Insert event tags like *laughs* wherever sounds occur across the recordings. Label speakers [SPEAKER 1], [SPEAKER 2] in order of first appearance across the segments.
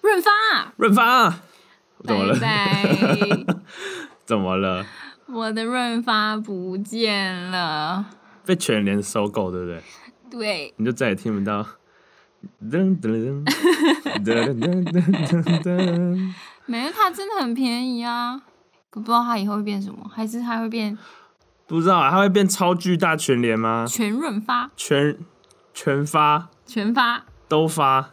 [SPEAKER 1] 润发，啊
[SPEAKER 2] 润发，啊怎么
[SPEAKER 1] 拜
[SPEAKER 2] 了？ *laughs*
[SPEAKER 1] 拜， *laughs*
[SPEAKER 2] 怎么了？
[SPEAKER 1] 我的润发不见了。
[SPEAKER 2] 被全联收购，对不对？
[SPEAKER 1] 对，
[SPEAKER 2] 你就再也听不到。噔噔噔噔噔噔噔噔，
[SPEAKER 1] 没有它真的很便宜啊，我不知道它以后会变什么，还是它会变
[SPEAKER 2] 不知道啊它会变超巨大全联吗？
[SPEAKER 1] 全润发、
[SPEAKER 2] 全全发
[SPEAKER 1] 全发，
[SPEAKER 2] 都发，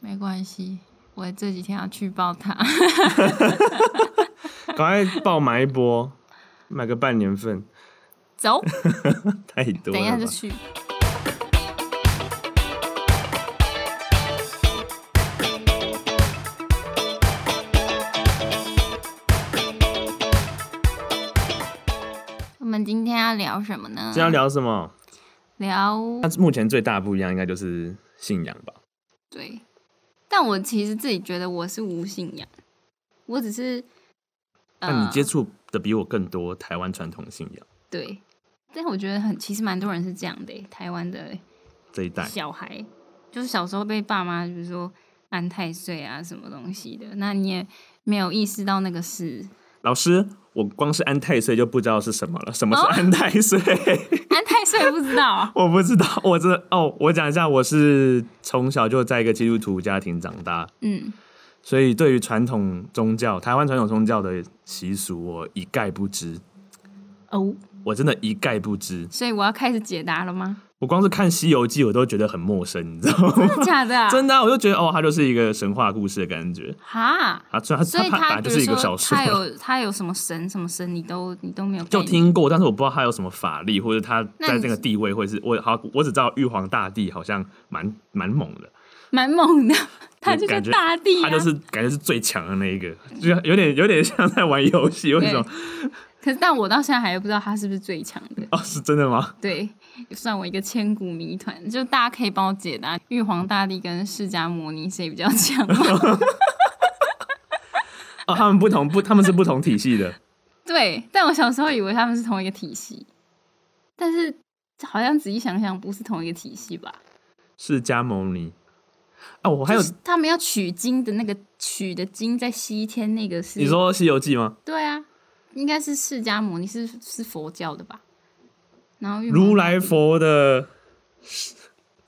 [SPEAKER 1] 没关系。我这几天要去报它， *laughs*
[SPEAKER 2] 赶快爆买一波，买个半年份，
[SPEAKER 1] 走，
[SPEAKER 2] 太多
[SPEAKER 1] 等一
[SPEAKER 2] 了
[SPEAKER 1] 下就
[SPEAKER 2] 吧。
[SPEAKER 1] 去。我们今天要聊什么呢？
[SPEAKER 2] 今天要聊什么？
[SPEAKER 1] 聊
[SPEAKER 2] 那目前最大的不一样应该就是信仰吧。
[SPEAKER 1] 对，但我其实自己觉得我是无信仰，我只是，嗯
[SPEAKER 2] 那你接
[SPEAKER 1] 触
[SPEAKER 2] 触的比我更多台湾传统信仰
[SPEAKER 1] 对，但我觉得很其实蛮多人是这样的欸、台湾的
[SPEAKER 2] 这一代，
[SPEAKER 1] 小孩就是小时候被爸妈比如说安太岁啊什么东西的，那你也没有意识到那个
[SPEAKER 2] *laughs*
[SPEAKER 1] 是
[SPEAKER 2] 老师，我光是安太岁就不知道是什么了。什么
[SPEAKER 1] 哦
[SPEAKER 2] 是安太岁？ *laughs*
[SPEAKER 1] 安太岁，不知道啊。
[SPEAKER 2] 我不知道。我这哦，我讲一下，我是从小就在一个基督徒家庭长大，
[SPEAKER 1] 嗯，
[SPEAKER 2] 所以对于传统宗教，台湾传统宗教的习俗，我一概不知。
[SPEAKER 1] 哦，
[SPEAKER 2] 我真的一概不知。
[SPEAKER 1] 所以我要开始解答了
[SPEAKER 2] *laughs*
[SPEAKER 1] 吗？
[SPEAKER 2] 我光是看《西游记》，我都觉得很陌生，你知道吗？ *laughs*
[SPEAKER 1] 真的假的、啊？
[SPEAKER 2] 真的啊、我就觉得哦，它就是一个神话故事的感觉。
[SPEAKER 1] 哈。
[SPEAKER 2] 啊，虽然
[SPEAKER 1] 所
[SPEAKER 2] 它
[SPEAKER 1] 以
[SPEAKER 2] 它它本
[SPEAKER 1] 他
[SPEAKER 2] 来
[SPEAKER 1] 比
[SPEAKER 2] 就
[SPEAKER 1] 如
[SPEAKER 2] 是一
[SPEAKER 1] 说
[SPEAKER 2] 个小说
[SPEAKER 1] 他，有他有什么神什么神，你都你都没有
[SPEAKER 2] 就
[SPEAKER 1] 概念
[SPEAKER 2] 听过，但是我不知道它有什么法力，或者它
[SPEAKER 1] 那
[SPEAKER 2] 在
[SPEAKER 1] 你
[SPEAKER 2] 这个地位会是我好，我只知道玉皇大帝好像蛮蛮猛的，
[SPEAKER 1] 蛮猛的，
[SPEAKER 2] *laughs*
[SPEAKER 1] 他就
[SPEAKER 2] 感
[SPEAKER 1] 是
[SPEAKER 2] 觉
[SPEAKER 1] 大地、啊，
[SPEAKER 2] 他就是感觉是最强的那一个，
[SPEAKER 1] 嗯
[SPEAKER 2] 就有点有点像在玩游戏，为什么？
[SPEAKER 1] 可是，但我到现在还不知道他是不是最强的。
[SPEAKER 2] *laughs* 哦，是真的吗？
[SPEAKER 1] 对，算我一个千古谜团，就大家可以帮我解答：玉皇大帝跟释迦摩尼谁比较强吗？
[SPEAKER 2] 哦，他们不同不，他们是不同体系的，
[SPEAKER 1] *laughs* 对，但我小时候以为他们是同一个体系，但是好像仔细想想，不是同一个体系吧？
[SPEAKER 2] 释迦牟尼。啊，我还有
[SPEAKER 1] 就是他们要取经的那个取的经，在西天那个是
[SPEAKER 2] 你说《西游记》吗？
[SPEAKER 1] 对啊，应该是释迦摩尼是是佛教的吧？然后玉皇
[SPEAKER 2] 如
[SPEAKER 1] 大
[SPEAKER 2] 来
[SPEAKER 1] 帝
[SPEAKER 2] 佛的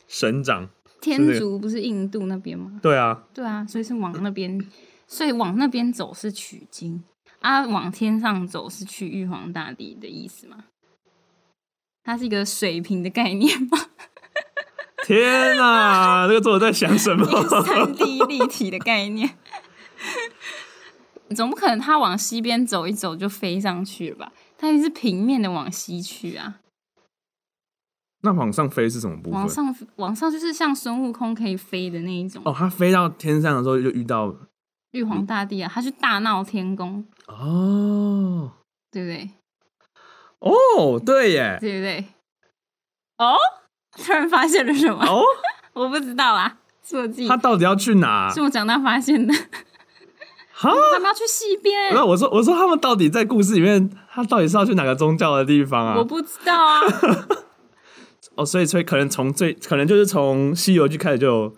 [SPEAKER 2] 神掌，那
[SPEAKER 1] 天
[SPEAKER 2] 个
[SPEAKER 1] 竺不是印度那边吗？
[SPEAKER 2] 对啊，
[SPEAKER 1] 对啊，所以是往那边，所以往那边走是取经啊，往天上走是去玉皇大帝的意思吗？它是一个水平的概念吗？*laughs*
[SPEAKER 2] 天哪，这个作者在想什么？
[SPEAKER 1] 三 D 立体的概念，总不可能他往西边走一走就飞上去了吧？它一定是平面的往西去啊，
[SPEAKER 2] 那往上飞是什么部
[SPEAKER 1] 往
[SPEAKER 2] 分？
[SPEAKER 1] 上往上就是像孙悟空可以飞的那一种。
[SPEAKER 2] 哦，他飞到天上的时候就遇到
[SPEAKER 1] 玉皇大帝啊，他去大闹天宫，
[SPEAKER 2] 哦
[SPEAKER 1] 对不对？
[SPEAKER 2] 哦，对耶，
[SPEAKER 1] 对不对？哦，突然发现了什么？ *laughs*
[SPEAKER 2] 哦，
[SPEAKER 1] 我不知道啊，是我自己
[SPEAKER 2] 他，到底要去哪
[SPEAKER 1] 是？我长大发
[SPEAKER 2] *laughs*
[SPEAKER 1] 现的。
[SPEAKER 2] 哈，
[SPEAKER 1] 他们要去西边，
[SPEAKER 2] 那我说我说他们到底在故事里面，他到底是要去哪个宗教的地方
[SPEAKER 1] 我
[SPEAKER 2] 啊？
[SPEAKER 1] 不知道啊。
[SPEAKER 2] 哦，所以所以可能从最可能就是从《西游记》开始就有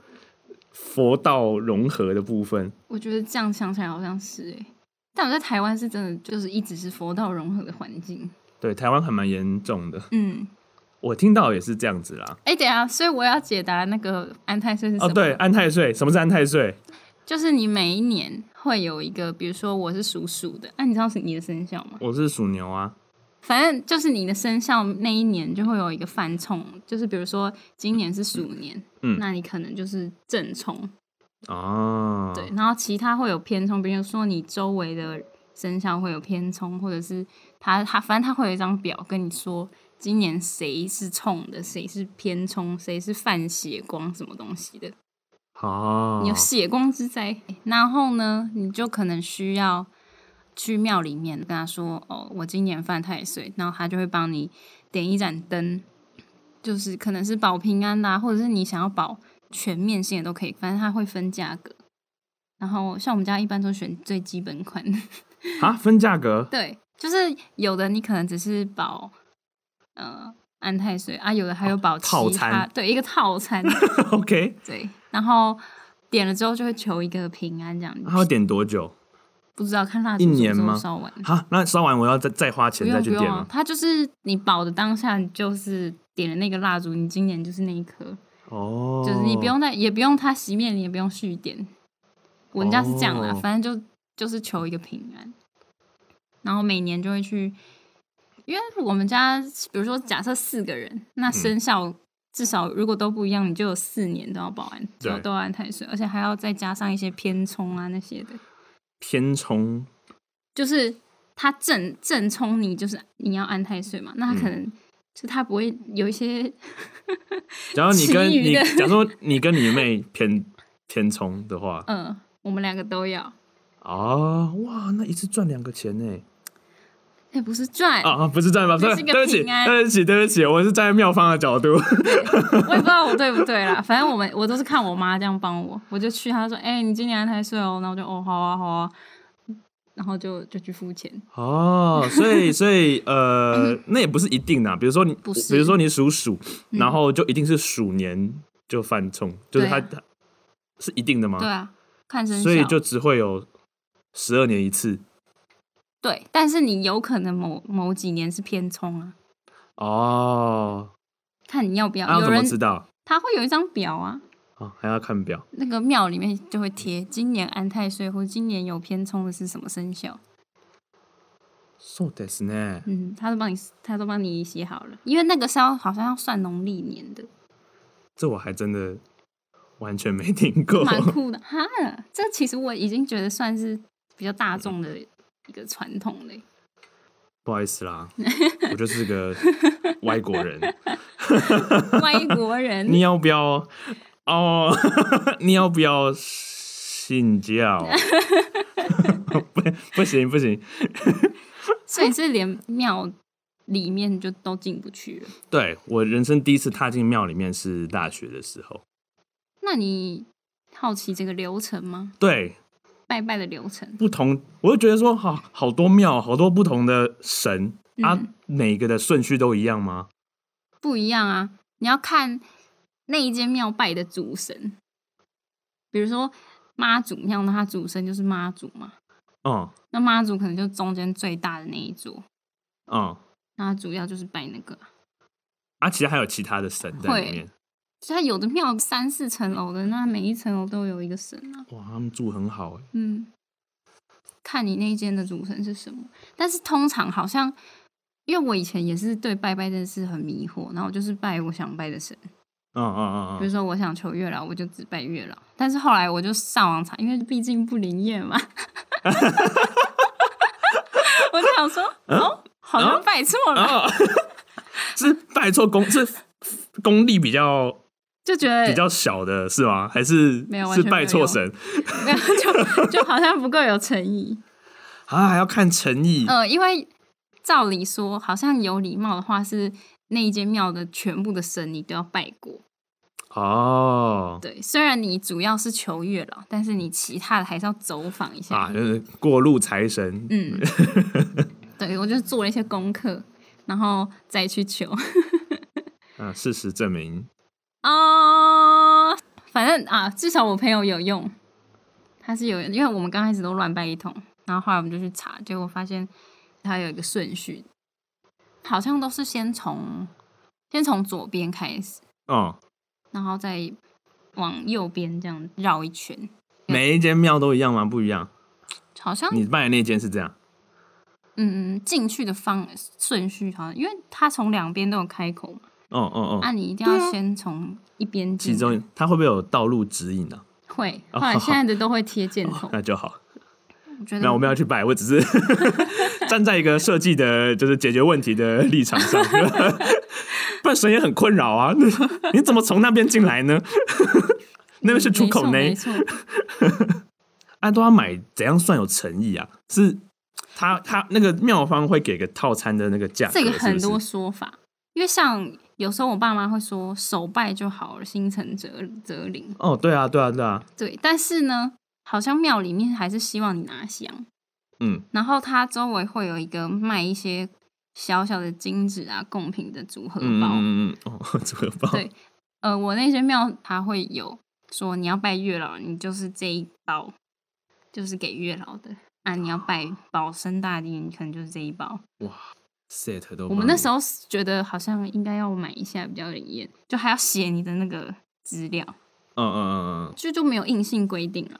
[SPEAKER 2] 佛道融合的部分。
[SPEAKER 1] 我觉得这样想起来好像是哎、但我在台湾是真的就是一直是佛道融合的环境。
[SPEAKER 2] 对，台湾还蛮严重的，
[SPEAKER 1] 嗯，
[SPEAKER 2] 我听到也是这样子啦。
[SPEAKER 1] 哎、等一下，所以我要解答那个安泰岁是什
[SPEAKER 2] 哦，
[SPEAKER 1] 么？
[SPEAKER 2] 对，安太岁，什么是安太岁？
[SPEAKER 1] 就是你每一年会有一个，比如说我是属鼠的，啊那、你知道是你的生肖吗？
[SPEAKER 2] 我是属牛啊，
[SPEAKER 1] 反正就是你的生肖那一年就会有一个犯冲，就是比如说今年是鼠年，
[SPEAKER 2] 嗯
[SPEAKER 1] 那你可能就是正冲，
[SPEAKER 2] 哦，
[SPEAKER 1] 对，，然后其他会有偏冲，比如说你周围的生肖会有偏冲，或者是他他反正他会有一张表跟你说今年谁是冲的，谁是偏冲，谁是犯血光什么东西的，
[SPEAKER 2] 哦
[SPEAKER 1] 你，有血光之灾。然后呢，你就可能需要去庙里面跟他说：“哦，我今年犯太岁。”然后他就会帮你点一盏灯，就是可能是保平安啦、或者是你想要保全面性的都可以，反正他会分价格。然后像我们家一般都选最基本款，
[SPEAKER 2] 啊，分价格， *laughs*
[SPEAKER 1] 对，就是有的你可能只是保呃安太岁啊，有的还有保其他、
[SPEAKER 2] 哦套餐 *laughs*
[SPEAKER 1] 对一个套餐，
[SPEAKER 2] OK，
[SPEAKER 1] 对，然后点了之后就会求一个平安这样子。
[SPEAKER 2] 他会点多久？
[SPEAKER 1] 不知道看蜡烛
[SPEAKER 2] 一年
[SPEAKER 1] 什么时
[SPEAKER 2] 吗
[SPEAKER 1] 候烧完，
[SPEAKER 2] 好，那烧完我要再再花
[SPEAKER 1] 不
[SPEAKER 2] 钱再
[SPEAKER 1] 用
[SPEAKER 2] 去
[SPEAKER 1] 不
[SPEAKER 2] 点
[SPEAKER 1] 用
[SPEAKER 2] 吗
[SPEAKER 1] 啊，？它就是你保的当下你就是点的那个蜡烛，你今年就是那一颗，
[SPEAKER 2] 哦，
[SPEAKER 1] 就是你不用再也不用它熄灭，你也不用续点。我们家是这样啦，
[SPEAKER 2] 哦
[SPEAKER 1] 反正就就是求一个平安，然后每年就会去，因为我们家比如说假设四个人，那生
[SPEAKER 2] 嗯
[SPEAKER 1] 肖至少如果都不一样，你就有四年都要保安，都
[SPEAKER 2] 对
[SPEAKER 1] 要都要安太岁，而且还要再加上一些偏冲啊那些的，
[SPEAKER 2] 偏冲
[SPEAKER 1] 就是他正正冲你，就是你要安太岁嘛，那
[SPEAKER 2] 嗯
[SPEAKER 1] 他可能。就他不会有一些，
[SPEAKER 2] 假如你跟
[SPEAKER 1] 其余
[SPEAKER 2] 你
[SPEAKER 1] 的，
[SPEAKER 2] 假如你跟你妹偏偏冲
[SPEAKER 1] *laughs*
[SPEAKER 2] 的话，
[SPEAKER 1] 嗯，我们两个都要，
[SPEAKER 2] 啊，哇，那一次赚两个钱呢？
[SPEAKER 1] 哎、不是赚，
[SPEAKER 2] 啊啊，不是赚吧？
[SPEAKER 1] 这
[SPEAKER 2] 对
[SPEAKER 1] 是个
[SPEAKER 2] 对不起，
[SPEAKER 1] 平安
[SPEAKER 2] 对不起，对不起，我是站在妙方的
[SPEAKER 1] *laughs*
[SPEAKER 2] 角度。
[SPEAKER 1] 我也不知道我对不对啦，反正我们我都是看我妈这样帮我，我就去，她说：“哎、你今年安太岁哦。”然后我就：“哦，好啊，好啊。”然后就就去付钱。
[SPEAKER 2] 哦，所以所以呃，那也不是一定的啊。比如说你，
[SPEAKER 1] 嗯不是嗯
[SPEAKER 2] 比如说你属鼠，然后就一定是鼠年就犯冲，就是它
[SPEAKER 1] 对啊
[SPEAKER 2] 是一定的
[SPEAKER 1] 对
[SPEAKER 2] 吗？
[SPEAKER 1] 啊，看生肖。
[SPEAKER 2] 所以就只会有十二年一次。
[SPEAKER 1] 对，但是你有可能某某几年是偏冲啊，
[SPEAKER 2] 哦，
[SPEAKER 1] 看你要不要。
[SPEAKER 2] 那要
[SPEAKER 1] 有
[SPEAKER 2] 怎么
[SPEAKER 1] 人
[SPEAKER 2] 知道？
[SPEAKER 1] 他会有一张表啊，
[SPEAKER 2] 哦，还要看表。
[SPEAKER 1] 那个庙里面就会贴今年安太岁或今年有偏冲的是什么生肖。
[SPEAKER 2] そうですね。
[SPEAKER 1] 嗯，他都帮你，他都帮你写好了，因为那个是要好像要算农历年的，
[SPEAKER 2] 这我还真的完全没听过。
[SPEAKER 1] 蛮酷的哈。这其实我已经觉得算是比较大众的一个传统嘞。
[SPEAKER 2] *laughs* 不好意思
[SPEAKER 1] *laughs*
[SPEAKER 2] 啦，我就是个外国人。 *laughs*
[SPEAKER 1] 外国人
[SPEAKER 2] 你要不要？哦， *laughs* 你要不要信教？ *laughs* 不，不行，不行。
[SPEAKER 1] 所以是连庙里面就都进不去了。
[SPEAKER 2] 对我人生第一次踏进庙里面是大学的时候。
[SPEAKER 1] 那你好奇这个流程吗？
[SPEAKER 2] 对，
[SPEAKER 1] 拜拜的流程，
[SPEAKER 2] 不同，我就觉得说，好好多庙，好多不同的神、啊
[SPEAKER 1] 嗯，
[SPEAKER 2] 每个的顺序都一样吗？
[SPEAKER 1] 不一样啊！你要看那一间庙拜的主神，比如说妈祖庙，那它主神就是妈祖嘛。
[SPEAKER 2] 嗯
[SPEAKER 1] 那妈祖可能就中间最大的那一座，
[SPEAKER 2] 嗯，
[SPEAKER 1] 那它主要就是拜那个。
[SPEAKER 2] 啊，其实还有其他的神在里面。
[SPEAKER 1] 所以它有的庙三四层楼的，那每一层楼都有一个神啊。
[SPEAKER 2] 哇，他们住很好哎、
[SPEAKER 1] 嗯，看你那一间的主神是什么。但是通常好像，因为我以前也是对拜拜这件事很迷惑，然后我就是拜我想拜的神，
[SPEAKER 2] 嗯嗯嗯
[SPEAKER 1] 比如
[SPEAKER 2] 嗯，
[SPEAKER 1] 说我想求月老，我就只拜月老。但是后来我就上网查，因为毕竟不灵验
[SPEAKER 2] *laughs*
[SPEAKER 1] 嘛，我就想说，
[SPEAKER 2] 嗯
[SPEAKER 1] 哦，好像拜错了，
[SPEAKER 2] *laughs* 啊，是拜错功是功力比较
[SPEAKER 1] 就觉得
[SPEAKER 2] 比较小的是吗？还是
[SPEAKER 1] 没有完
[SPEAKER 2] 是
[SPEAKER 1] 全没
[SPEAKER 2] 拜
[SPEAKER 1] 有
[SPEAKER 2] 错
[SPEAKER 1] 用
[SPEAKER 2] 神
[SPEAKER 1] 没有，就就好像不够有诚意。
[SPEAKER 2] 啊？还要看诚意、
[SPEAKER 1] 呃，因为照理说，好像有礼貌的话是那一间庙的全部的神你都要拜过。
[SPEAKER 2] 哦
[SPEAKER 1] 对，虽然你主要是求月老，但是你其他的还是要走访一下。
[SPEAKER 2] 啊，就是过路财神。
[SPEAKER 1] 嗯，对我就是做了一些功课，然后再去求。
[SPEAKER 2] 啊，事实证明，
[SPEAKER 1] 啊、反正啊，至少我朋友有用，他是有用，因为我们刚开始都乱掰一通，然后后来我们就去查，结果发现它有一个顺序，好像都是先从先从左边开始，
[SPEAKER 2] 哦，
[SPEAKER 1] 然后再往右边这样绕一圈，
[SPEAKER 2] 每一间庙都一样吗？不一样。
[SPEAKER 1] 好像
[SPEAKER 2] 你拜的那间是这样
[SPEAKER 1] 嗯进去的方顺序好像，因为它从两边都有开口嘛，
[SPEAKER 2] 哦哦
[SPEAKER 1] 那、
[SPEAKER 2] 哦，
[SPEAKER 1] 你一定要先从一边进
[SPEAKER 2] 其
[SPEAKER 1] 来，
[SPEAKER 2] 中它会不会有道路指引呢、
[SPEAKER 1] 会，
[SPEAKER 2] 哦
[SPEAKER 1] 后来现在的都会贴箭头，
[SPEAKER 2] 那就好。
[SPEAKER 1] 我觉得
[SPEAKER 2] *laughs* 那我们要去拜，我
[SPEAKER 1] *laughs*
[SPEAKER 2] 只是站在一个设计的，就是解决问题的立场上， *laughs* 不然神也很困扰啊。 *laughs* 你怎么从那边进来呢？ *laughs* 那边是出口呢？
[SPEAKER 1] 没错，没错
[SPEAKER 2] 按都要买，怎样算有诚意啊？是他他那个妙方会给个套餐的那个价格，
[SPEAKER 1] 这个很
[SPEAKER 2] 是不
[SPEAKER 1] 多
[SPEAKER 2] 是
[SPEAKER 1] 说法，因为像有时候我爸妈会说手拜就好了，心诚则则灵。
[SPEAKER 2] 哦，对啊，对啊，对啊，
[SPEAKER 1] 对，但是呢，好像庙里面还是希望你拿香，
[SPEAKER 2] 嗯，
[SPEAKER 1] 然后它周围会有一个卖一些小小的金纸啊、贡
[SPEAKER 2] 嗯
[SPEAKER 1] 品的组合包。
[SPEAKER 2] 嗯嗯嗯嗯，哦，这个包，
[SPEAKER 1] 对呃，我那些庙它会有说你要拜月老，你就是这一包，就是给月老的啊。你要拜保生大帝，你可能就是这一包。
[SPEAKER 2] set 都
[SPEAKER 1] 我们那时
[SPEAKER 2] 候
[SPEAKER 1] 候觉得好像应该要买一下比较灵验，就还要写你的那个资料，
[SPEAKER 2] 嗯嗯嗯嗯
[SPEAKER 1] 就就没有硬性规定了。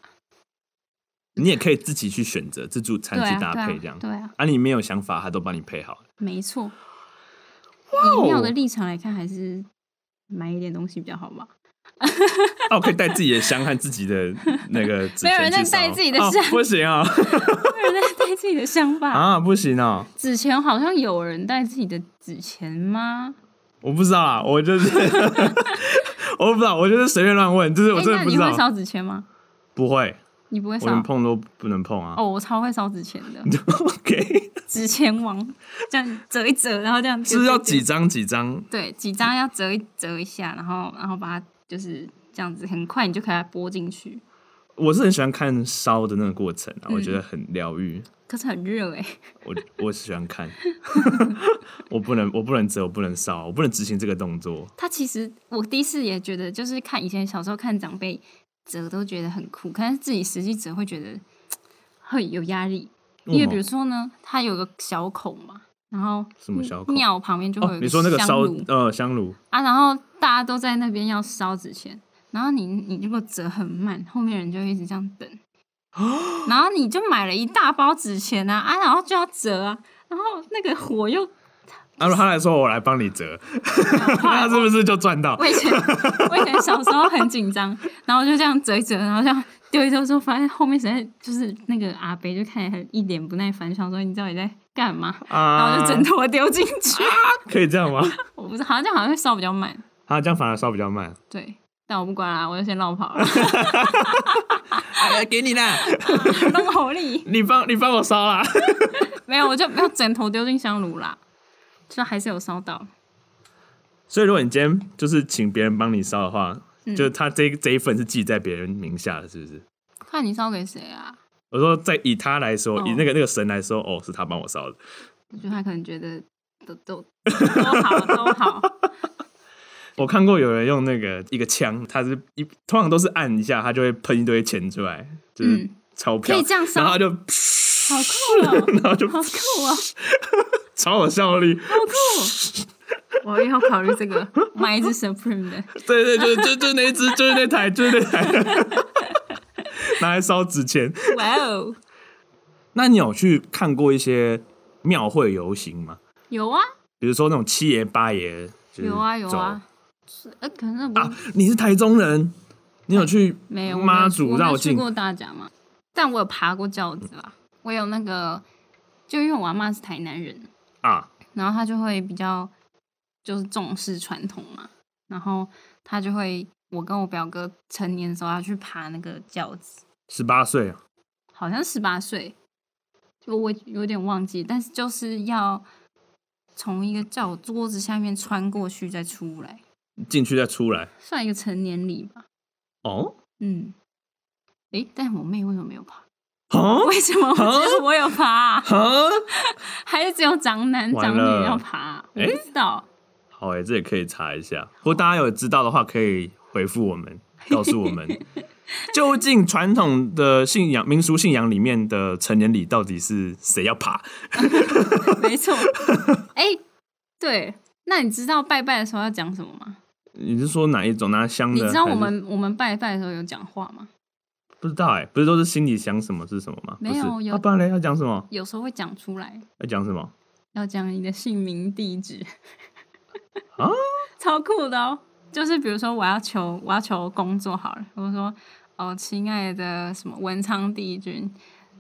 [SPEAKER 2] 嗯，你也可以自己去选择自助餐
[SPEAKER 1] 对
[SPEAKER 2] 去
[SPEAKER 1] 啊，
[SPEAKER 2] 搭
[SPEAKER 1] 对
[SPEAKER 2] 配
[SPEAKER 1] 啊
[SPEAKER 2] 这样。
[SPEAKER 1] 对啊，
[SPEAKER 2] 啊，你没有想法，他都帮你配好了。
[SPEAKER 1] 没错。
[SPEAKER 2] 哦
[SPEAKER 1] 以庙的立场来看，还是买一点东西比较好
[SPEAKER 2] *laughs*
[SPEAKER 1] 吧。
[SPEAKER 2] 哦，可以带自己的香和自己的那个纸
[SPEAKER 1] 没有人
[SPEAKER 2] 钱去
[SPEAKER 1] 在带
[SPEAKER 2] 烧
[SPEAKER 1] 自己的香
[SPEAKER 2] 哦不行啊
[SPEAKER 1] 没有人在带自己的想法。
[SPEAKER 2] *laughs* 啊，不行啊，
[SPEAKER 1] 纸钱好像有人带自己的纸钱吗？
[SPEAKER 2] 我不知道啊，我就是 *laughs* 我不知道，我就是随便乱问，就是我
[SPEAKER 1] 哎，
[SPEAKER 2] 真
[SPEAKER 1] 那
[SPEAKER 2] 的不
[SPEAKER 1] 你
[SPEAKER 2] 知
[SPEAKER 1] 会
[SPEAKER 2] 道，
[SPEAKER 1] 烧纸钱吗？
[SPEAKER 2] 不会，
[SPEAKER 1] 你不会
[SPEAKER 2] 我
[SPEAKER 1] 烧
[SPEAKER 2] 连？碰都不能碰啊。
[SPEAKER 1] 哦，我超会烧纸钱的，
[SPEAKER 2] OK，
[SPEAKER 1] 纸钱王，这样折一折，然后这样
[SPEAKER 2] *laughs* 是不是要
[SPEAKER 1] 丢丢
[SPEAKER 2] 几
[SPEAKER 1] 丢
[SPEAKER 2] 张几张？
[SPEAKER 1] 对，几张要折一折一下，然后然后把它就是这样子，很快你就可以把它拨进去。
[SPEAKER 2] 我是很喜欢看烧的那个过程啊，
[SPEAKER 1] 嗯
[SPEAKER 2] 我觉得很疗愈，
[SPEAKER 1] 可是很热哎、
[SPEAKER 2] 我我喜欢看。 *laughs* 我不能，我不能折，我不能烧，我不能执行这个动作。
[SPEAKER 1] 它其实我第一次也觉得，就是看以前小时候看长辈折都觉得很酷，但是自己实际折会觉得会有压力，因为比如说呢，它有个小孔嘛，然后
[SPEAKER 2] 什么小
[SPEAKER 1] 嗯
[SPEAKER 2] 孔
[SPEAKER 1] 庙旁边就会有
[SPEAKER 2] 哦
[SPEAKER 1] 一、，
[SPEAKER 2] 你说那个
[SPEAKER 1] 香
[SPEAKER 2] 烧
[SPEAKER 1] 炉
[SPEAKER 2] 呃香炉，
[SPEAKER 1] 啊，然后大家都在那边要烧纸钱，然后你你如果折很慢，后面人就会一直这样等，然后你就买了一大包纸钱啊啊，然后就要折啊，然后那个火又
[SPEAKER 2] 啊，如果他来说我来帮你折， *laughs* 那是不是就赚到？
[SPEAKER 1] 我以前我以前小时候很紧张，然后就这样折一折，然后这样丢一丢之后，发现后面实在就是那个阿伯就看起来很一脸不耐烦，想说你到底在干嘛？然后
[SPEAKER 2] 啊
[SPEAKER 1] 就整坨丢进去。 *laughs*
[SPEAKER 2] 可以这样吗？
[SPEAKER 1] 我不是，好像这样好像会烧比较慢，
[SPEAKER 2] 啊，这样反而烧比较慢。
[SPEAKER 1] 对。但我不管啦，我就先绕跑了， *laughs* 啊
[SPEAKER 2] 哎，给你啦，
[SPEAKER 1] 弄好力。
[SPEAKER 2] *laughs* 你帮你帮我烧啦。 *laughs*
[SPEAKER 1] 没有，我就没有整头丢进香炉 *laughs* 啦，就还是有烧到。
[SPEAKER 2] 所以如果你今天就是请别人帮你烧的话，
[SPEAKER 1] 嗯
[SPEAKER 2] 就是他这这一份是记在别人名下的，是不是？
[SPEAKER 1] 看你烧给谁啊？
[SPEAKER 2] 我说在以他来说，
[SPEAKER 1] 哦
[SPEAKER 2] 以那个那个神来说，哦，是他帮我烧的。
[SPEAKER 1] 我觉得他可能觉得都都都好都好，
[SPEAKER 2] 我看过有人用那个一个枪，他是一通常都是按一下，他就会喷一堆钱出来，就是
[SPEAKER 1] 嗯
[SPEAKER 2] 钞
[SPEAKER 1] *laughs*
[SPEAKER 2] 票，
[SPEAKER 1] 可以这样
[SPEAKER 2] 然
[SPEAKER 1] 烧，
[SPEAKER 2] 后他就，
[SPEAKER 1] 好酷哦、
[SPEAKER 2] *laughs* 然后就
[SPEAKER 1] 好酷哦、
[SPEAKER 2] 超有效率。
[SPEAKER 1] 好酷！我以后考虑这个，买一只 Supreme 的，
[SPEAKER 2] 对对，就就就那一只，就是那台，就是那台，拿来烧纸钱。
[SPEAKER 1] 哇哦！
[SPEAKER 2] 那你有去看过一些庙会游行吗？
[SPEAKER 1] 有啊，
[SPEAKER 2] 比如说那种七爷八爷，就是
[SPEAKER 1] 有啊，有
[SPEAKER 2] 走
[SPEAKER 1] 啊。是，呃，可能不
[SPEAKER 2] 啊！你是台中人，你有去
[SPEAKER 1] 没有我没有
[SPEAKER 2] 妈祖
[SPEAKER 1] 我没有
[SPEAKER 2] 绕
[SPEAKER 1] 去
[SPEAKER 2] 境
[SPEAKER 1] 过大甲嘛，但我有爬过轿子啦，我有那个，就因为我阿妈是台南人，
[SPEAKER 2] 啊？
[SPEAKER 1] 然后她就会比较就是重视传统嘛，然后她就会，我跟我表哥成年的时候要去爬那个轿子，
[SPEAKER 2] 十八岁啊
[SPEAKER 1] 好像十八岁，我我有点忘记，但是就是要从一个叫桌子下面穿过去再出来，
[SPEAKER 2] 进去再出来
[SPEAKER 1] 算一个成年礼吧。
[SPEAKER 2] 哦
[SPEAKER 1] 嗯，诶，但我妹为什么没有爬？ *laughs*
[SPEAKER 2] 啊
[SPEAKER 1] 为什么我
[SPEAKER 2] 啊
[SPEAKER 1] 觉得我有爬啊、 *laughs*
[SPEAKER 2] 啊！
[SPEAKER 1] 还是只有长男
[SPEAKER 2] 完
[SPEAKER 1] 长
[SPEAKER 2] 了
[SPEAKER 1] 女要爬啊、我
[SPEAKER 2] 诶
[SPEAKER 1] 不知道。
[SPEAKER 2] 好哎、这也可以查一下。
[SPEAKER 1] 啊
[SPEAKER 2] 如果大家有知道的话，可以回复
[SPEAKER 1] *laughs*
[SPEAKER 2] 我们，告诉我们究竟传统的信仰、民俗信仰里面的成年礼到底是谁要爬？
[SPEAKER 1] 没错，诶，对，那你知道拜拜的时候要讲什么吗？
[SPEAKER 2] 你是说哪一种？拿香
[SPEAKER 1] 你
[SPEAKER 2] 的？
[SPEAKER 1] 知道我
[SPEAKER 2] 还是
[SPEAKER 1] 们我们拜拜的时候有讲话吗？
[SPEAKER 2] 不知道哎、不是都是心里想什么是什么吗？
[SPEAKER 1] 没有
[SPEAKER 2] 不是
[SPEAKER 1] 有
[SPEAKER 2] 啊、不然嘞要讲什么？
[SPEAKER 1] 有时候会讲出来，
[SPEAKER 2] 要讲什么？
[SPEAKER 1] 要讲你的姓名、地址，
[SPEAKER 2] *laughs* 啊，
[SPEAKER 1] *laughs* 超酷的哦！就是比如说，我要求我要求工作好了，我说哦，亲爱的什么文昌帝君，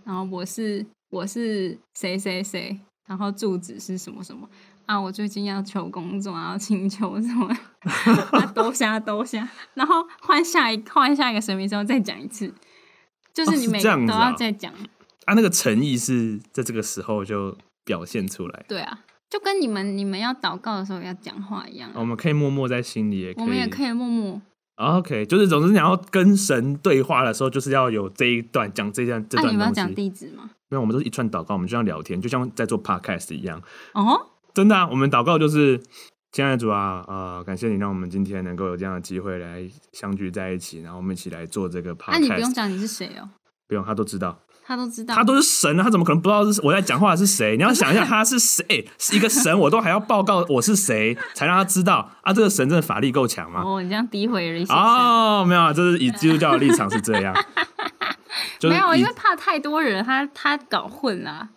[SPEAKER 1] 然后我是我是谁谁谁，然后住址是什么什么啊，我最近要求工作，然后请求什么， *laughs* 啊，兜下兜下，然后换下一换下一个神明之后再讲一次，就是
[SPEAKER 2] 哦
[SPEAKER 1] 你
[SPEAKER 2] 是
[SPEAKER 1] 每个
[SPEAKER 2] 这样
[SPEAKER 1] 都
[SPEAKER 2] 子啊
[SPEAKER 1] 要再讲，
[SPEAKER 2] 啊，那个诚意是在这个时候就表现出来。
[SPEAKER 1] 对啊，就跟你们你们要祷告的时候要讲话一样啊
[SPEAKER 2] 哦我们可以默默在心里，也可以。
[SPEAKER 1] 我们也可以默默。
[SPEAKER 2] 啊 OK，就是总之你要跟神对话的时候，就是要有这一段讲这一段这
[SPEAKER 1] 那、
[SPEAKER 2] 段
[SPEAKER 1] 啊你们要
[SPEAKER 2] 东
[SPEAKER 1] 讲
[SPEAKER 2] 西。
[SPEAKER 1] 地址吗？
[SPEAKER 2] 那、我们都是一串祷告，我们就像聊天，就像在做 podcast 一样。
[SPEAKER 1] *laughs* 哦，
[SPEAKER 2] 真的啊，我们祷告就是亲爱的主啊，呃，感谢你让我们今天能够有这样的机会来相聚在一起，然后我们一起来做这个 podcast。
[SPEAKER 1] 啊那、你不用讲你是谁哦，
[SPEAKER 2] 不用，他都知道，
[SPEAKER 1] 他都知道。
[SPEAKER 2] 他都是神啊，他怎么可能不知道是我在讲话的是谁？你要想一下，他是谁、哎是一个神，我都还要报告我是谁，才让他知道啊。这个神真的法力够强吗？
[SPEAKER 1] 哦，你这样诋毁人先生。
[SPEAKER 2] 哦，没有，啊，这是以基督教的立场是这样，就
[SPEAKER 1] *laughs*
[SPEAKER 2] 是
[SPEAKER 1] 没有，
[SPEAKER 2] 以
[SPEAKER 1] 因为怕太多人，他他搞混了。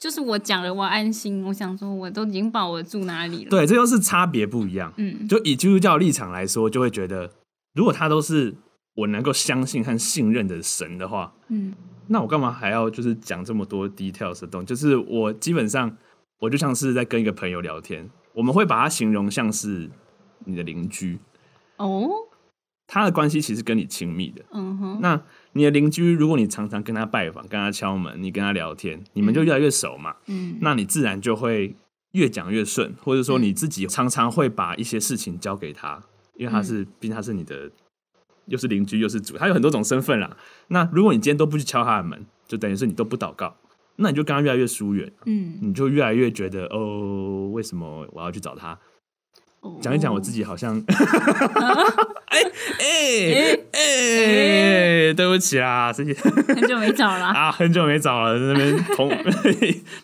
[SPEAKER 1] 就是我讲了，我安心。我想说，我都已经把我住哪里了。
[SPEAKER 2] 对，这就是差别不一样。
[SPEAKER 1] 嗯，
[SPEAKER 2] 就以基督教的立场来说，就会觉得，如果他都是我能够相信和信任的神的话，
[SPEAKER 1] 嗯，
[SPEAKER 2] 那我干嘛还要就是讲这么多 details 的东西？就是我基本上我就像是在跟一个朋友聊天，我们会把它形容像是你的邻居，
[SPEAKER 1] 哦，
[SPEAKER 2] 他的关系其实跟你亲密的。
[SPEAKER 1] 嗯哼，
[SPEAKER 2] 那你的邻居，如果你常常跟他拜访、跟他敲门、你跟他聊天，你们就越来越熟嘛，
[SPEAKER 1] 嗯，
[SPEAKER 2] 那你自然就会越讲越顺，或者说你自己常常会把一些事情交给他，因为他是，毕竟他是你的，又是邻居又是主，他有很多种身份啦。那如果你今天都不去敲他的门，就等于是你都不祷告，那你就跟他越来越疏远，
[SPEAKER 1] 嗯，
[SPEAKER 2] 你就越来越觉得哦，为什么我要去找他？
[SPEAKER 1] 哦
[SPEAKER 2] 讲一讲我自
[SPEAKER 1] 己。
[SPEAKER 2] 己好像， *laughs* 哎哎哎，对不起啦，自己。
[SPEAKER 1] *laughs* 很久没找啦。
[SPEAKER 2] 啊，很久没找了，那边同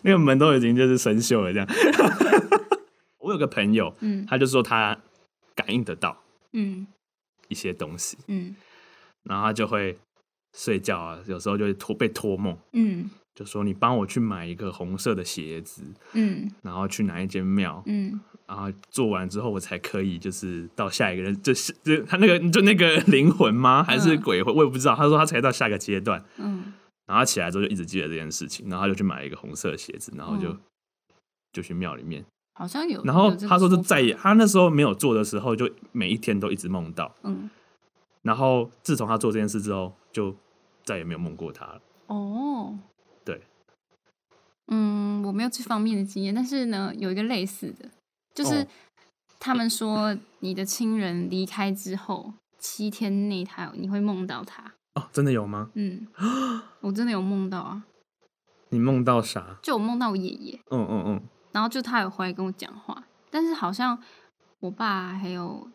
[SPEAKER 2] 那个门都已经就是生锈了这样。 *laughs* 我有个朋友，
[SPEAKER 1] 嗯
[SPEAKER 2] 他就说他感应得到
[SPEAKER 1] 嗯
[SPEAKER 2] 一些东西，
[SPEAKER 1] 嗯
[SPEAKER 2] 然后他就会睡觉啊，有时候就会托被托梦，
[SPEAKER 1] 嗯
[SPEAKER 2] 就说你帮我去买一个红色的鞋子，
[SPEAKER 1] 嗯
[SPEAKER 2] 然后去哪一间庙，
[SPEAKER 1] 嗯
[SPEAKER 2] 然后做完之后我才可以就是到下一个人，就是就他那个就那个灵魂吗？还是
[SPEAKER 1] 嗯
[SPEAKER 2] 鬼魂？我也不知道。他说他才到下个阶段，
[SPEAKER 1] 嗯，
[SPEAKER 2] 然后他起来之后就一直记得这件事情，然后他就去买一个红色的鞋子，然后就、
[SPEAKER 1] 嗯
[SPEAKER 2] 就去庙里面。
[SPEAKER 1] 好像有。
[SPEAKER 2] 然后
[SPEAKER 1] 有这个
[SPEAKER 2] 他说是
[SPEAKER 1] 法
[SPEAKER 2] 再也，他那时候没有做的时候，就每一天都一直梦到。
[SPEAKER 1] 嗯
[SPEAKER 2] 然后自从他做这件事之后，就再也没有梦过他了。
[SPEAKER 1] 哦，
[SPEAKER 2] 对，
[SPEAKER 1] 嗯，我没有这方面的经验，但是呢，有一个类似的，就是
[SPEAKER 2] 哦
[SPEAKER 1] 他们说你的亲人离开之后七天内他你会梦到他。
[SPEAKER 2] 哦，真的有吗？ *laughs*
[SPEAKER 1] 嗯，我真的有梦到啊，
[SPEAKER 2] 你梦到啥？
[SPEAKER 1] 就我梦到我爷爷，
[SPEAKER 2] 嗯嗯嗯，
[SPEAKER 1] 然后就他有回来跟我讲话，但是好像我爸还有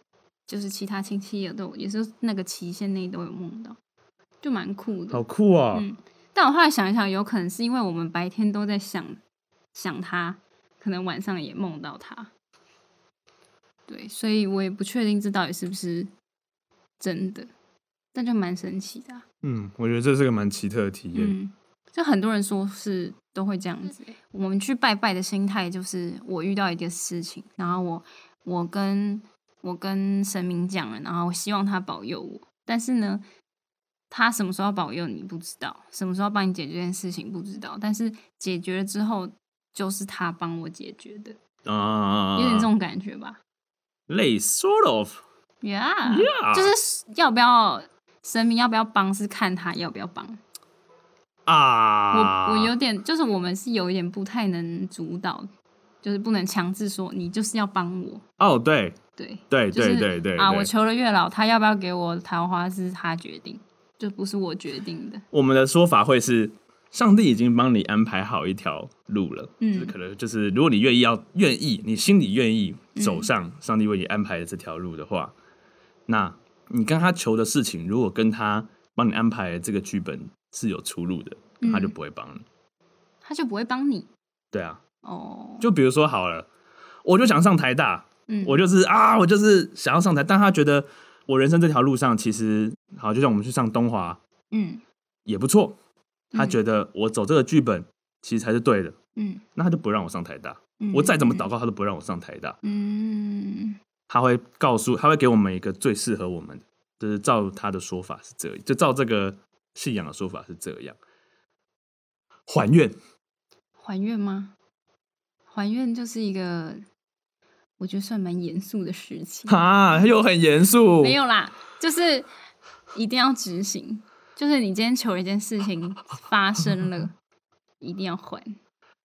[SPEAKER 1] 就是其他亲戚也都有也是那个期限内都有梦到，就蛮酷的。
[SPEAKER 2] 好酷哦！
[SPEAKER 1] 嗯但我后来想一想，有可能是因为我们白天都在想想他，可能晚上也梦到他。对，所以我也不确定这到底是不是真的，但就蛮神奇的啊、
[SPEAKER 2] 嗯，我觉得这是个蛮奇特的体验。
[SPEAKER 1] 嗯，就很多人说是都会这样子欸、我们去拜拜的心态就是，我遇到一个事情，然后我我跟我跟神明讲了，然后我希望他保佑我。但是呢，他什么时候要保佑你不知道，什么时候帮你解决这件事情不知道。但是解决了之后，就是他帮我解决的，
[SPEAKER 2] 啊啊啊啊
[SPEAKER 1] 有点这种感觉吧
[SPEAKER 2] 类 sort of 啊
[SPEAKER 1] ？Yeah，,
[SPEAKER 2] yeah，
[SPEAKER 1] 就是要不要神明要不要帮，是看他要不要帮。
[SPEAKER 2] 啊，
[SPEAKER 1] 我我有点，就是我们是有一点不太能主导，就是不能强制说你就是要帮我，
[SPEAKER 2] 哦，对
[SPEAKER 1] 对
[SPEAKER 2] 对
[SPEAKER 1] 就
[SPEAKER 2] 对
[SPEAKER 1] 是
[SPEAKER 2] 对对
[SPEAKER 1] 啊，
[SPEAKER 2] 对
[SPEAKER 1] 我求了月老，他要不要给我桃花是他决定，就不是我决定的，
[SPEAKER 2] 我们的说法会是，上帝已经帮你安排好一条路了，
[SPEAKER 1] 嗯
[SPEAKER 2] 就是可能就是如果你愿意要愿意，你心里愿意
[SPEAKER 1] 嗯
[SPEAKER 2] 走上上帝为你安排的这条路的话，那你跟他求的事情，如果跟他帮你安排的这个剧本是有出入的，
[SPEAKER 1] 嗯
[SPEAKER 2] 他就不会帮你。
[SPEAKER 1] 他就不会帮你
[SPEAKER 2] 对啊，
[SPEAKER 1] 哦。
[SPEAKER 2] 就比如说好了，我就想上台大，
[SPEAKER 1] 嗯
[SPEAKER 2] 我就是啊，我就是想要上台，但他觉得我人生这条路上其实好，就像我们去上东华
[SPEAKER 1] 嗯
[SPEAKER 2] 也不错，他
[SPEAKER 1] 嗯
[SPEAKER 2] 觉得我走这个剧本其实才是对的。
[SPEAKER 1] 嗯
[SPEAKER 2] 那他就不让我上台大。
[SPEAKER 1] 嗯，
[SPEAKER 2] 我再怎么祷告，他都不让我上台大。
[SPEAKER 1] 嗯，
[SPEAKER 2] 他会告诉，他会给我们一个最适合我们的，就是照他的说法是这，就照这个信仰的说法是这样。还愿，
[SPEAKER 1] 还愿吗？还愿就是一个我觉得算蛮严肃的事情，
[SPEAKER 2] 哈，又很严肃。
[SPEAKER 1] 没有啦，就是一定要执行。就是你今天求一件事情发生了，一定要还，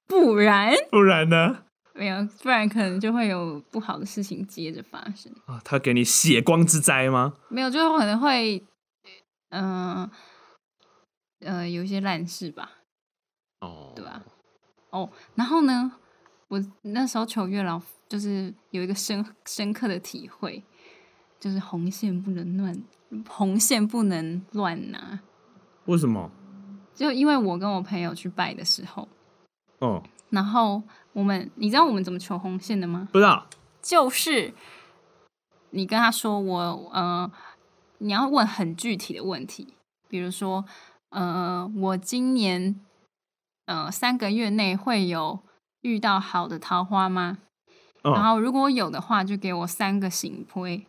[SPEAKER 1] 不然
[SPEAKER 2] 不然呢？
[SPEAKER 1] 没有，不然可能就会有不好的事情接着发生。
[SPEAKER 2] 啊，他给你血光之灾吗？
[SPEAKER 1] 没有，就可能会，嗯、呃呃，有一些烂事吧，
[SPEAKER 2] 哦，
[SPEAKER 1] 啊对吧、哦，然后呢，我那时候求月老，就是有一个深深刻的体会，就是红线不能乱，红线不能乱拿。
[SPEAKER 2] 为什么？
[SPEAKER 1] 就因为我跟我朋友去拜的时候，
[SPEAKER 2] 哦，
[SPEAKER 1] 然后我们，你知道我们怎么求红线的吗？
[SPEAKER 2] 不知道
[SPEAKER 1] 就是你跟他说我呃，你要问很具体的问题，比如说呃，我今年呃三个月内会有遇到好的桃花吗？
[SPEAKER 2] 哦
[SPEAKER 1] 然后如果有的话，就给我三个醒推，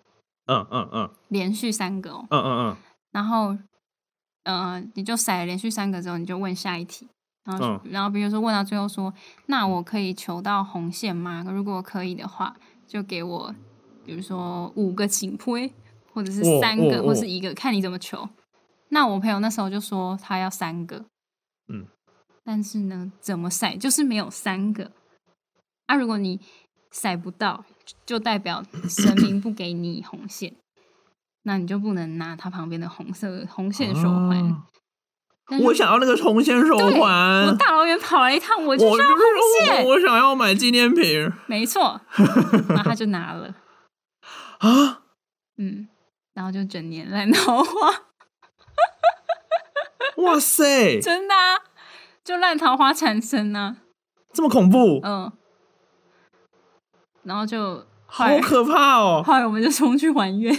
[SPEAKER 2] 嗯嗯嗯
[SPEAKER 1] 连续三个哦。
[SPEAKER 2] 嗯嗯
[SPEAKER 1] 然后呃，你就甩了连续三个之后，你就问下一题。然后，
[SPEAKER 2] 嗯
[SPEAKER 1] 然后比如说问到最后说，那我可以求到红线吗？如果可以的话，就给我，比如说五个请推，或者是
[SPEAKER 2] 哦
[SPEAKER 1] 三个，
[SPEAKER 2] 哦
[SPEAKER 1] 或
[SPEAKER 2] 哦
[SPEAKER 1] 是一个，看你怎么求。那我朋友那时候就说他要三个，
[SPEAKER 2] 嗯，
[SPEAKER 1] 但是呢，怎么甩就是没有三个。啊，如果你甩不到，就代表神明不给你红线，那你就不能拿他旁边的红色红线手环。
[SPEAKER 2] 啊
[SPEAKER 1] 但
[SPEAKER 2] 嗯，
[SPEAKER 1] 是
[SPEAKER 2] 我想要那个红线手
[SPEAKER 1] 对我
[SPEAKER 2] 环，
[SPEAKER 1] 大老远跑来一趟，我
[SPEAKER 2] 我
[SPEAKER 1] 就是要
[SPEAKER 2] 就是
[SPEAKER 1] 红线，
[SPEAKER 2] 我我想要买纪念品
[SPEAKER 1] 没错，然后他就拿了，
[SPEAKER 2] 啊！
[SPEAKER 1] 嗯，然后就整年烂桃花， *laughs*
[SPEAKER 2] 哇塞，
[SPEAKER 1] 真的、啊、就烂桃花缠身呢、
[SPEAKER 2] 这么恐怖，
[SPEAKER 1] 嗯，然后就后
[SPEAKER 2] 好
[SPEAKER 1] 来
[SPEAKER 2] 可怕哦！
[SPEAKER 1] 后来我们就冲去还愿， *laughs*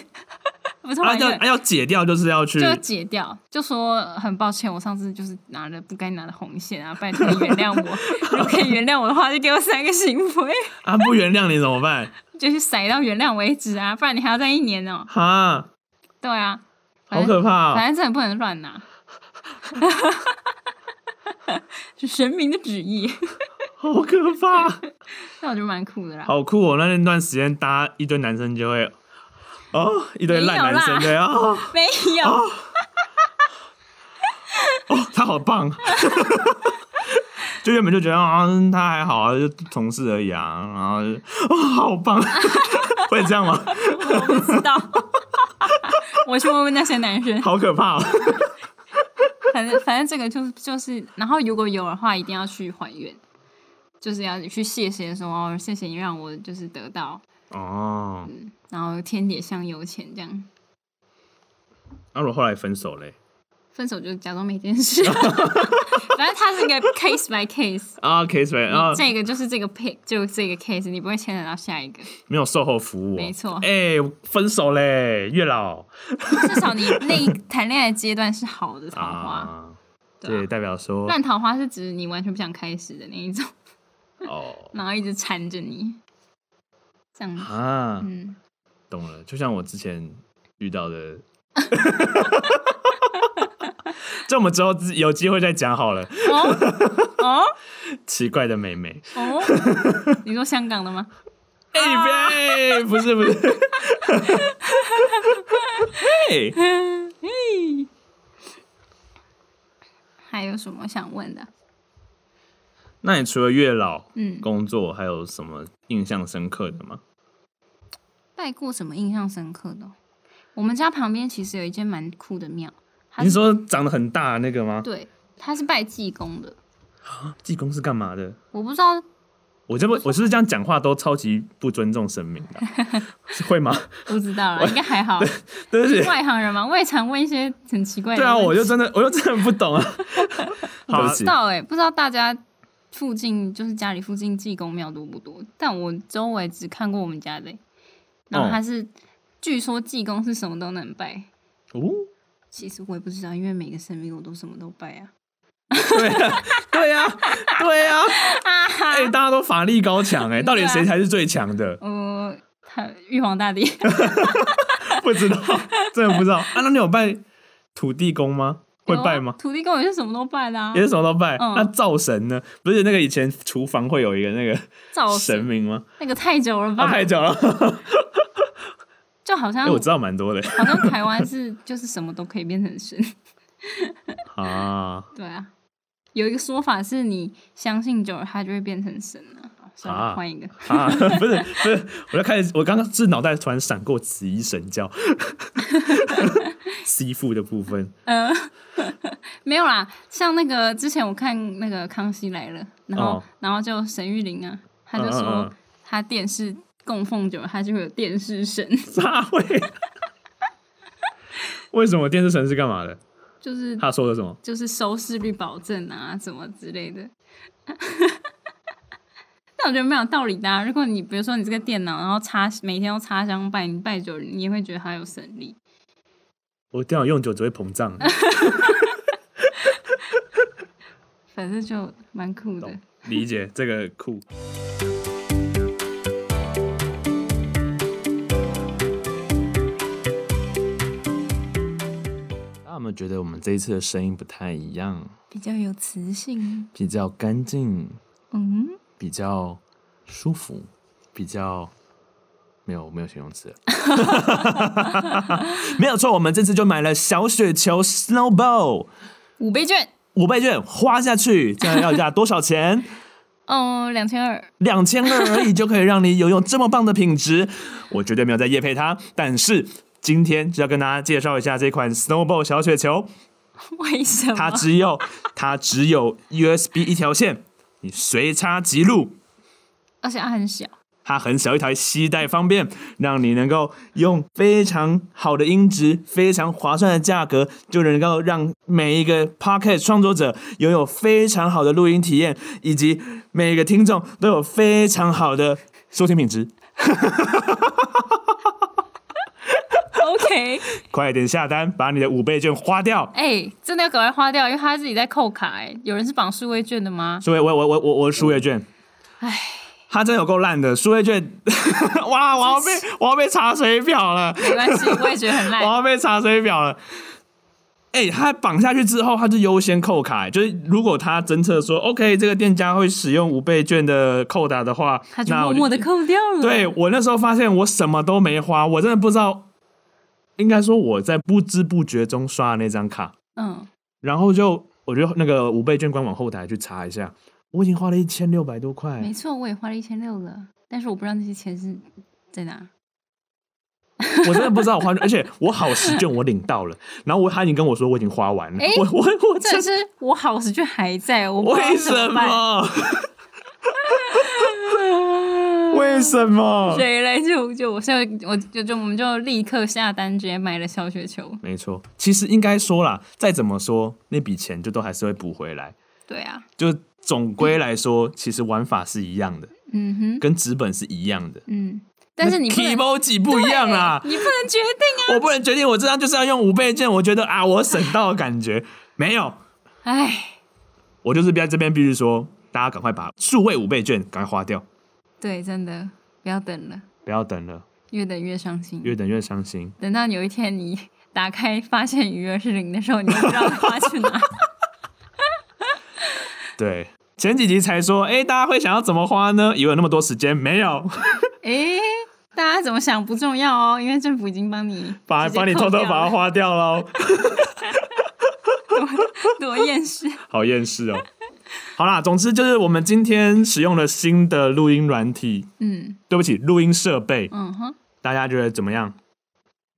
[SPEAKER 1] 不是
[SPEAKER 2] 啊，
[SPEAKER 1] 还
[SPEAKER 2] 要
[SPEAKER 1] 愿，
[SPEAKER 2] 啊要解掉就是要去
[SPEAKER 1] 就要解掉，就说很抱歉，我上次就是拿了不该拿的红线啊，拜托你原谅我。如果可以原谅我的话，就给我三个行为，
[SPEAKER 2] 啊，不原谅你怎么办？
[SPEAKER 1] 就是甩到原谅为止啊，不然你还要再一年哦、
[SPEAKER 2] 哈，
[SPEAKER 1] 对啊，
[SPEAKER 2] 好
[SPEAKER 1] 反正
[SPEAKER 2] 可怕哦！
[SPEAKER 1] 反正真的不能乱拿，是神明的旨意，
[SPEAKER 2] 好可怕，
[SPEAKER 1] 那我觉得蛮酷的啦。
[SPEAKER 2] 好酷哦！那那段时间，大家一堆男生就会哦，一堆烂男生
[SPEAKER 1] 没
[SPEAKER 2] 对啊，哦，
[SPEAKER 1] 没有，
[SPEAKER 2] 哦他好棒。 *laughs* 就原本就觉得啊，他还好啊，就同事而已啊，然后就哦，好棒， *laughs* 会这样吗？
[SPEAKER 1] 我不知道。 *laughs* 我去问问那些男生，
[SPEAKER 2] 好可怕、哦！
[SPEAKER 1] 反正反正这个就是就是，然后如果有的话，一定要去还愿，就是要去谢谢说哦，谢谢你让我就是得到，
[SPEAKER 2] 哦，
[SPEAKER 1] 然后天底香油钱这样，
[SPEAKER 2] 那、我后来分手嘞？
[SPEAKER 1] 分手就假装没这件
[SPEAKER 2] *laughs*
[SPEAKER 1] 事。反正它是一个 case by case，
[SPEAKER 2] 啊，case by 啊
[SPEAKER 1] 你，这个就是这个 pick，就这个 case，你不会牵扯到下一个， *laughs*
[SPEAKER 2] 没有售后服务、哦，
[SPEAKER 1] 没错
[SPEAKER 2] 哎、分手嘞，月老
[SPEAKER 1] 至少你那一谈恋爱阶段是好的桃花，
[SPEAKER 2] 啊，
[SPEAKER 1] 对
[SPEAKER 2] 这
[SPEAKER 1] 啊
[SPEAKER 2] 也代表说
[SPEAKER 1] 烂、桃花是指你完全不想开始的那一种， *laughs*
[SPEAKER 2] 哦
[SPEAKER 1] 然后一直缠着你，这样，
[SPEAKER 2] 啊，
[SPEAKER 1] 嗯，
[SPEAKER 2] 懂了，就像我之前遇到的，
[SPEAKER 1] *laughs*
[SPEAKER 2] 这我们之后自有机会再讲好了。
[SPEAKER 1] 哦哦。
[SPEAKER 2] 奇怪的妹妹，
[SPEAKER 1] 哦， *laughs* 你说香港的吗？
[SPEAKER 2] 哎、别、不
[SPEAKER 1] *laughs*
[SPEAKER 2] 是不是，嘿，
[SPEAKER 1] 嘿还有什么想问的？
[SPEAKER 2] 那你除了月老
[SPEAKER 1] 嗯，
[SPEAKER 2] 工作，还有什么印象深刻的吗？
[SPEAKER 1] 拜过什么印象深刻的哦？我们家旁边其实有一间蛮酷的庙，它
[SPEAKER 2] 你
[SPEAKER 1] 是
[SPEAKER 2] 说长得很大的那个吗？
[SPEAKER 1] 对，它是拜济公的。
[SPEAKER 2] 济公是干嘛的？
[SPEAKER 1] 我不知道，
[SPEAKER 2] 我这不，我是不是这样讲话都超级不尊重神明的啊、 *laughs* 是会吗？
[SPEAKER 1] 不知道了，应该还好。
[SPEAKER 2] 对不起，
[SPEAKER 1] 外行人嘛，我也常问一些很奇怪的
[SPEAKER 2] 对
[SPEAKER 1] 问
[SPEAKER 2] 啊，
[SPEAKER 1] 题。
[SPEAKER 2] 我就真的，我就真的不懂啊。好
[SPEAKER 1] 不
[SPEAKER 2] 啊
[SPEAKER 1] 知道哎、不知道大家附近就是家里附近济公庙多不多？但我周围只看过我们家的欸、然后
[SPEAKER 2] 哦
[SPEAKER 1] 他是、据说济公是什么都能拜，
[SPEAKER 2] 哦，
[SPEAKER 1] 其实我也不知道，因为每个神明我都什么都拜啊。
[SPEAKER 2] 对啊，对啊，对啊，哎、大家都法力高强哎、到底谁才是最强的？
[SPEAKER 1] 呃，他玉皇大帝
[SPEAKER 2] 不知道，真的不知道。啊，那你有拜土地公吗？ *laughs* 会拜
[SPEAKER 1] *laughs*
[SPEAKER 2] 吗？
[SPEAKER 1] 土地公也是什么都拜的啊
[SPEAKER 2] 也，是什么都拜。
[SPEAKER 1] 嗯
[SPEAKER 2] 那灶神呢？不是那个以前厨房会有一个那个
[SPEAKER 1] 造
[SPEAKER 2] 神明吗？
[SPEAKER 1] 那个太久了吧？
[SPEAKER 2] 啊，太久了。
[SPEAKER 1] 就好像
[SPEAKER 2] 哎、我知道蛮多的
[SPEAKER 1] 好像台湾是就是什么都可以变成神， *laughs*
[SPEAKER 2] 啊
[SPEAKER 1] 对啊。有一个说法是你相信久了，它就会变成神了。算了，
[SPEAKER 2] 啊
[SPEAKER 1] 换一个。
[SPEAKER 2] 啊！ *laughs* 不是不是，我就开始，我刚刚是脑袋突然闪过紫衣神教 *laughs* 吸附的部分。
[SPEAKER 1] 呃，没有啦，像那个之前我看那个《康熙来了》，然后、
[SPEAKER 2] 哦
[SPEAKER 1] 然后就沈玉琳啊，他就
[SPEAKER 2] 嗯嗯
[SPEAKER 1] 说
[SPEAKER 2] 嗯
[SPEAKER 1] 他电视供奉久了，他就会有电视神， *laughs*
[SPEAKER 2] 咋会？为什么电视神是干嘛的？
[SPEAKER 1] 就是
[SPEAKER 2] 他说的什么？
[SPEAKER 1] 就是收视率保证啊，什么之类的。 *laughs* 但我觉得蛮有道理的、啊。如果你比如说你这个电脑，然后插每天都插香拜，你拜久了，你也会觉得它有神力。
[SPEAKER 2] 我电脑用久只会膨胀。 *laughs*
[SPEAKER 1] 反正就蛮酷的
[SPEAKER 2] 懂。理解这个酷。大家有没有觉得我们这一次的声音不太一样，
[SPEAKER 1] 比较有磁性。
[SPEAKER 2] 比较干净，
[SPEAKER 1] 嗯，
[SPEAKER 2] 比较舒服，比较没有没有形容词了， *laughs* 没有错。我们这次就买了小雪球 Snowball
[SPEAKER 1] 五倍券，
[SPEAKER 2] 五倍券，花下去，这样要价多少钱？
[SPEAKER 1] 哦，两千二，
[SPEAKER 2] 两千二而已就可以让你拥有这么棒的品质，我绝对没有在夜配它，但是。今天就要跟大家介绍一下这款 Snowball 小雪球，
[SPEAKER 1] *laughs* 为什
[SPEAKER 2] 它
[SPEAKER 1] 么？
[SPEAKER 2] 只有它只有 USB 一条线，你随插即录，
[SPEAKER 1] 而且它很小，
[SPEAKER 2] 它很小一台，携带方便，让你能够用非常好的音质、非常划算的价格，就能够让每一个 Pocket 创作者拥有非常好的录音体验，以及每一个听众都有非常好的收听品质。
[SPEAKER 1] OK，
[SPEAKER 2] 快点下单，把你的五倍券花掉。
[SPEAKER 1] *laughs* 哎、真的要赶快花掉，因为它自己在扣卡、哎，有人是绑数位券的吗？
[SPEAKER 2] 数位，我我我我我数位券，
[SPEAKER 1] 唉，
[SPEAKER 2] 它真的有够烂的。数位券， *laughs* 哇，我要被我要被查水表了，
[SPEAKER 1] 没关系，我也觉得很
[SPEAKER 2] 我
[SPEAKER 1] 烂。
[SPEAKER 2] 要被查水表了。哎、它绑下去之后，它就优先扣卡、欸就是如果它侦测说 OK，这个店家会使用五倍券的扣打的话，
[SPEAKER 1] 他就
[SPEAKER 2] 那
[SPEAKER 1] 默
[SPEAKER 2] 我
[SPEAKER 1] 默的扣掉了。
[SPEAKER 2] 对我那时候发现我什么都没花，我真的不知道，应该说我在不知不觉中刷的那张卡，
[SPEAKER 1] 嗯，
[SPEAKER 2] 然后就我就那个五倍券官网后台去查一下，我已经花了一千六百多块
[SPEAKER 1] 没，错，我也花了一千六了，但是我不知道那些钱是在
[SPEAKER 2] *laughs*
[SPEAKER 1] 哪。
[SPEAKER 2] 我真的不知道我花，而且我好时券我领到了，然后我他已经跟我说我已经花完了，
[SPEAKER 1] 诶
[SPEAKER 2] 我我我
[SPEAKER 1] 哎这
[SPEAKER 2] 真
[SPEAKER 1] 也是我好时券还在，我不知道
[SPEAKER 2] 为
[SPEAKER 1] 怎
[SPEAKER 2] 什
[SPEAKER 1] 办？
[SPEAKER 2] 么？
[SPEAKER 1] *laughs*
[SPEAKER 2] 为什么？
[SPEAKER 1] 水来就就我现在我就就我们就立刻下单，直接买了小雪球。
[SPEAKER 2] 没错，其实应该说啦，再怎么说那笔钱就都还是会补回来，
[SPEAKER 1] 对啊，
[SPEAKER 2] 就总归来说，其实玩法是一样的，
[SPEAKER 1] 嗯哼，
[SPEAKER 2] 跟纸本是一样的，
[SPEAKER 1] 嗯，但是你不
[SPEAKER 2] k e
[SPEAKER 1] 能
[SPEAKER 2] y b o 几不一样啦。
[SPEAKER 1] 你不能决定啊！
[SPEAKER 2] 我不能决定我这张就是要用五倍券，我觉得啊，我省到的感觉没有，
[SPEAKER 1] 哎，
[SPEAKER 2] 我就是在这边必须说，大家赶快把数位五倍券赶快花掉，
[SPEAKER 1] 对，真的不要等了，
[SPEAKER 2] 不要等了，
[SPEAKER 1] 越等越伤心。
[SPEAKER 2] 越等越伤心。
[SPEAKER 1] 等到有一天你打开发现余额是零的时候，你就不知道花去哪。
[SPEAKER 2] 对，前几集才说，哎、大家会想要怎么花呢？以为有那么多时间，没有，
[SPEAKER 1] *laughs* 诶，大家怎么想不重要哦，因为政府已经帮你
[SPEAKER 2] 把
[SPEAKER 1] 直接
[SPEAKER 2] 把你
[SPEAKER 1] 扣
[SPEAKER 2] 偷偷
[SPEAKER 1] 掉
[SPEAKER 2] 把它
[SPEAKER 1] 了，
[SPEAKER 2] 花掉喽，
[SPEAKER 1] *laughs* 多厌世。 *laughs*
[SPEAKER 2] 好厌世哦。好啦，总之就是我们今天使用了新的录音软体，
[SPEAKER 1] 嗯
[SPEAKER 2] 对不起，录音设备，
[SPEAKER 1] 嗯哼，
[SPEAKER 2] 大家觉得怎么样？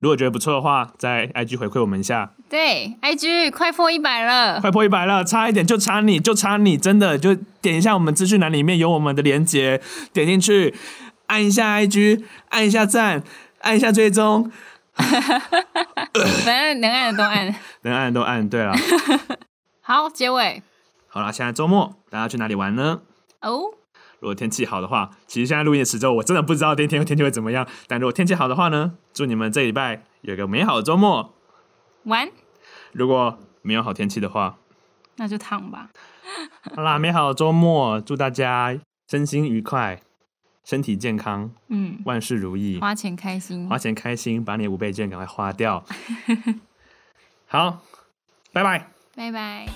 [SPEAKER 2] 如果觉得不错的话，在 IG 回馈我们一下。
[SPEAKER 1] 对，IG 快破一百了，
[SPEAKER 2] 快破一百了，差一点就差你，就差你，真的就点一下我们资讯栏里面有我们的连接，点进去，按一下 IG，按一下赞，按一下追踪，
[SPEAKER 1] 反正能按的都按。 *laughs*
[SPEAKER 2] 能按的都按。对了，
[SPEAKER 1] 好，结尾
[SPEAKER 2] 好啦，现在周末大家去哪里玩呢？
[SPEAKER 1] 哦，
[SPEAKER 2] 如果天气好的话，其实现在录音的时候我真的不知道今天天气会怎么样，但如果天气好的话呢，祝你们这礼拜有一个美好的周末。
[SPEAKER 1] 玩
[SPEAKER 2] 如果没有好天气的话，
[SPEAKER 1] 那就躺吧。
[SPEAKER 2] 好啦，美好的周末，祝大家身心愉快，身体健康，
[SPEAKER 1] 嗯，
[SPEAKER 2] 万事如意。
[SPEAKER 1] 花钱开心
[SPEAKER 2] 花，钱开心，把你的五倍 *laughs* 券赶快花掉。好，拜拜。
[SPEAKER 1] 拜拜。